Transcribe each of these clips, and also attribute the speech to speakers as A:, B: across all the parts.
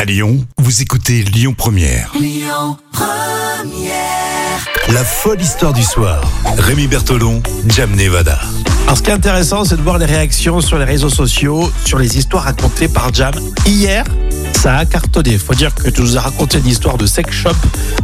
A: À Lyon, vous écoutez Lyon Première. Lyon Première. La folle histoire du soir. Rémi Bertolon, Jam Nevada.
B: Alors ce qui est intéressant, c'est de voir les réactions sur les réseaux sociaux, sur les histoires racontées par Jam. Hier, ça a cartonné. Faut dire que tu nous as raconté une histoire de sex shop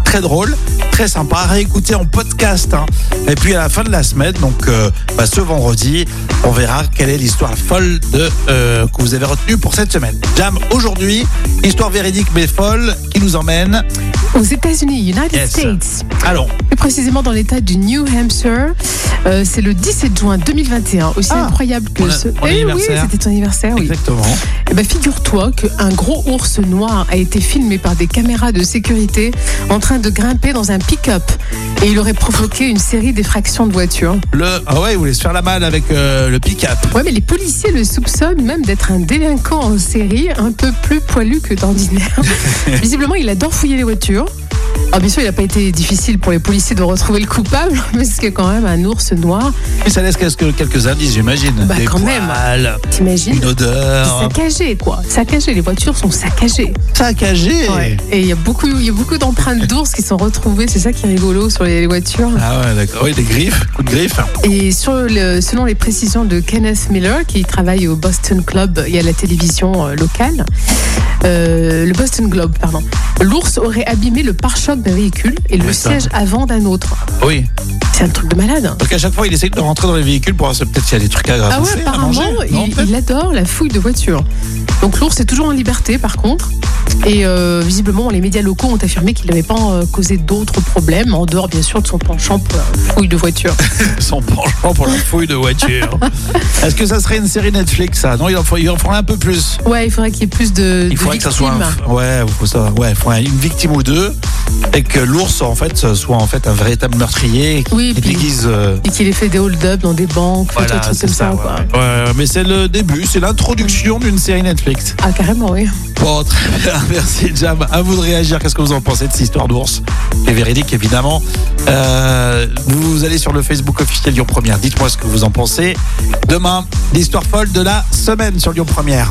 B: très drôle, très sympa à réécouter en podcast. hein. Et puis à la fin de la semaine, donc euh, bah, ce vendredi, on verra quelle est l'histoire folle de, euh, que vous avez retenue pour cette semaine. Jam, aujourd'hui, histoire véridique mais folle qui nous emmène.
C: Aux États-Unis, United
B: Yes.
C: States,
B: Allons.
C: plus précisément dans l'État du New Hampshire. Euh, c'est le 17 juin 2021. Aussi
B: Ah,
C: incroyable que
B: mon-
C: ce.
B: mon
C: Eh oui,
B: anniversaire.
C: c'était ton anniversaire, oui.
B: Exactement.
C: Eh ben, figure-toi qu'un gros ours noir a été filmé par des caméras de sécurité en train de grimper dans un pick-up. Et il aurait provoqué une série d'effractions de voiture.
B: Le... Ah ouais, il voulait se faire la malle avec euh, le pick-up.
C: Ouais, mais les policiers le soupçonnent même d'être un délinquant en série, un peu plus poilu que d'ordinaire. Visiblement, il adore fouiller les voitures. Alors bien sûr, il n'a pas été difficile pour les policiers de retrouver le coupable, mais c'est quand même un ours noir.
B: Mais ça laisse quelques, quelques indices, j'imagine.
C: Bah,
B: Des
C: quand même.
B: poils,
C: T'imagines
B: Une odeur.
C: Saccagé, quoi. Saccagé, les voitures sont saccagées.
B: Saccagé.
C: Et il y a beaucoup, il y a beaucoup d'empreintes d'ours qui sont retrouvées, c'est ça qui est rigolo sur les voitures.
B: Ah ouais, d'accord. Oui, des griffes, coup de griffe.
C: Et sur le- selon les précisions de Kenneth Miller, qui travaille au Boston Globe et à la télévision euh, locale, euh, le Boston Globe, pardon, l'ours aurait abîmé le pare-choc d'un véhicule et le
B: Mais ça.
C: siège avant d'un autre.
B: Oui.
C: C'est un truc de malade.
B: Donc à chaque fois, il essaye de rentrer dans les véhicules pour se- peut-être qu'il y a des trucs à
C: Ah ouais,
B: ramasser, à
C: apparemment,
B: manger. Non,
C: il,
B: peut-être.
C: il adore la fouille de voitures. Donc l'ours est toujours en liberté, par contre. Et euh, visiblement, les médias locaux ont affirmé qu'il n'avait pas euh, causé d'autres problèmes, en dehors bien sûr de son penchant pour la fouille de voitures.
B: Son penchant pour la fouille de voiture. Est-ce que ça serait une série Netflix, ça Non, il en faut- il en faudrait un peu plus.
C: Ouais, il faudrait qu'il y ait plus de.
B: Il
C: de
B: faudrait que ça soit un-
C: victimes.
B: ouais, faut ça, ouais, faut un- une victime ou deux, et que l'ours en fait ce soit en fait un véritable meurtrier qui,
C: Oui,
B: qui
C: puis-
B: déguise. euh,
C: et qu'il ait fait des hold-up dans des banques, des trucs
B: c'est
C: comme ça, quoi.
B: ouais. Ouais, mais c'est le début, c'est l'introduction d'une série Netflix.
C: Ah, carrément, oui.
B: Bon, très bien, merci Jam. À vous de réagir. Qu'est-ce que vous en pensez de cette histoire d'ours Et véridique, évidemment. Euh, vous allez sur le Facebook officiel Lyon Première. Dites-moi ce que vous en pensez. Demain, l'histoire folle de la semaine sur Lyon Première.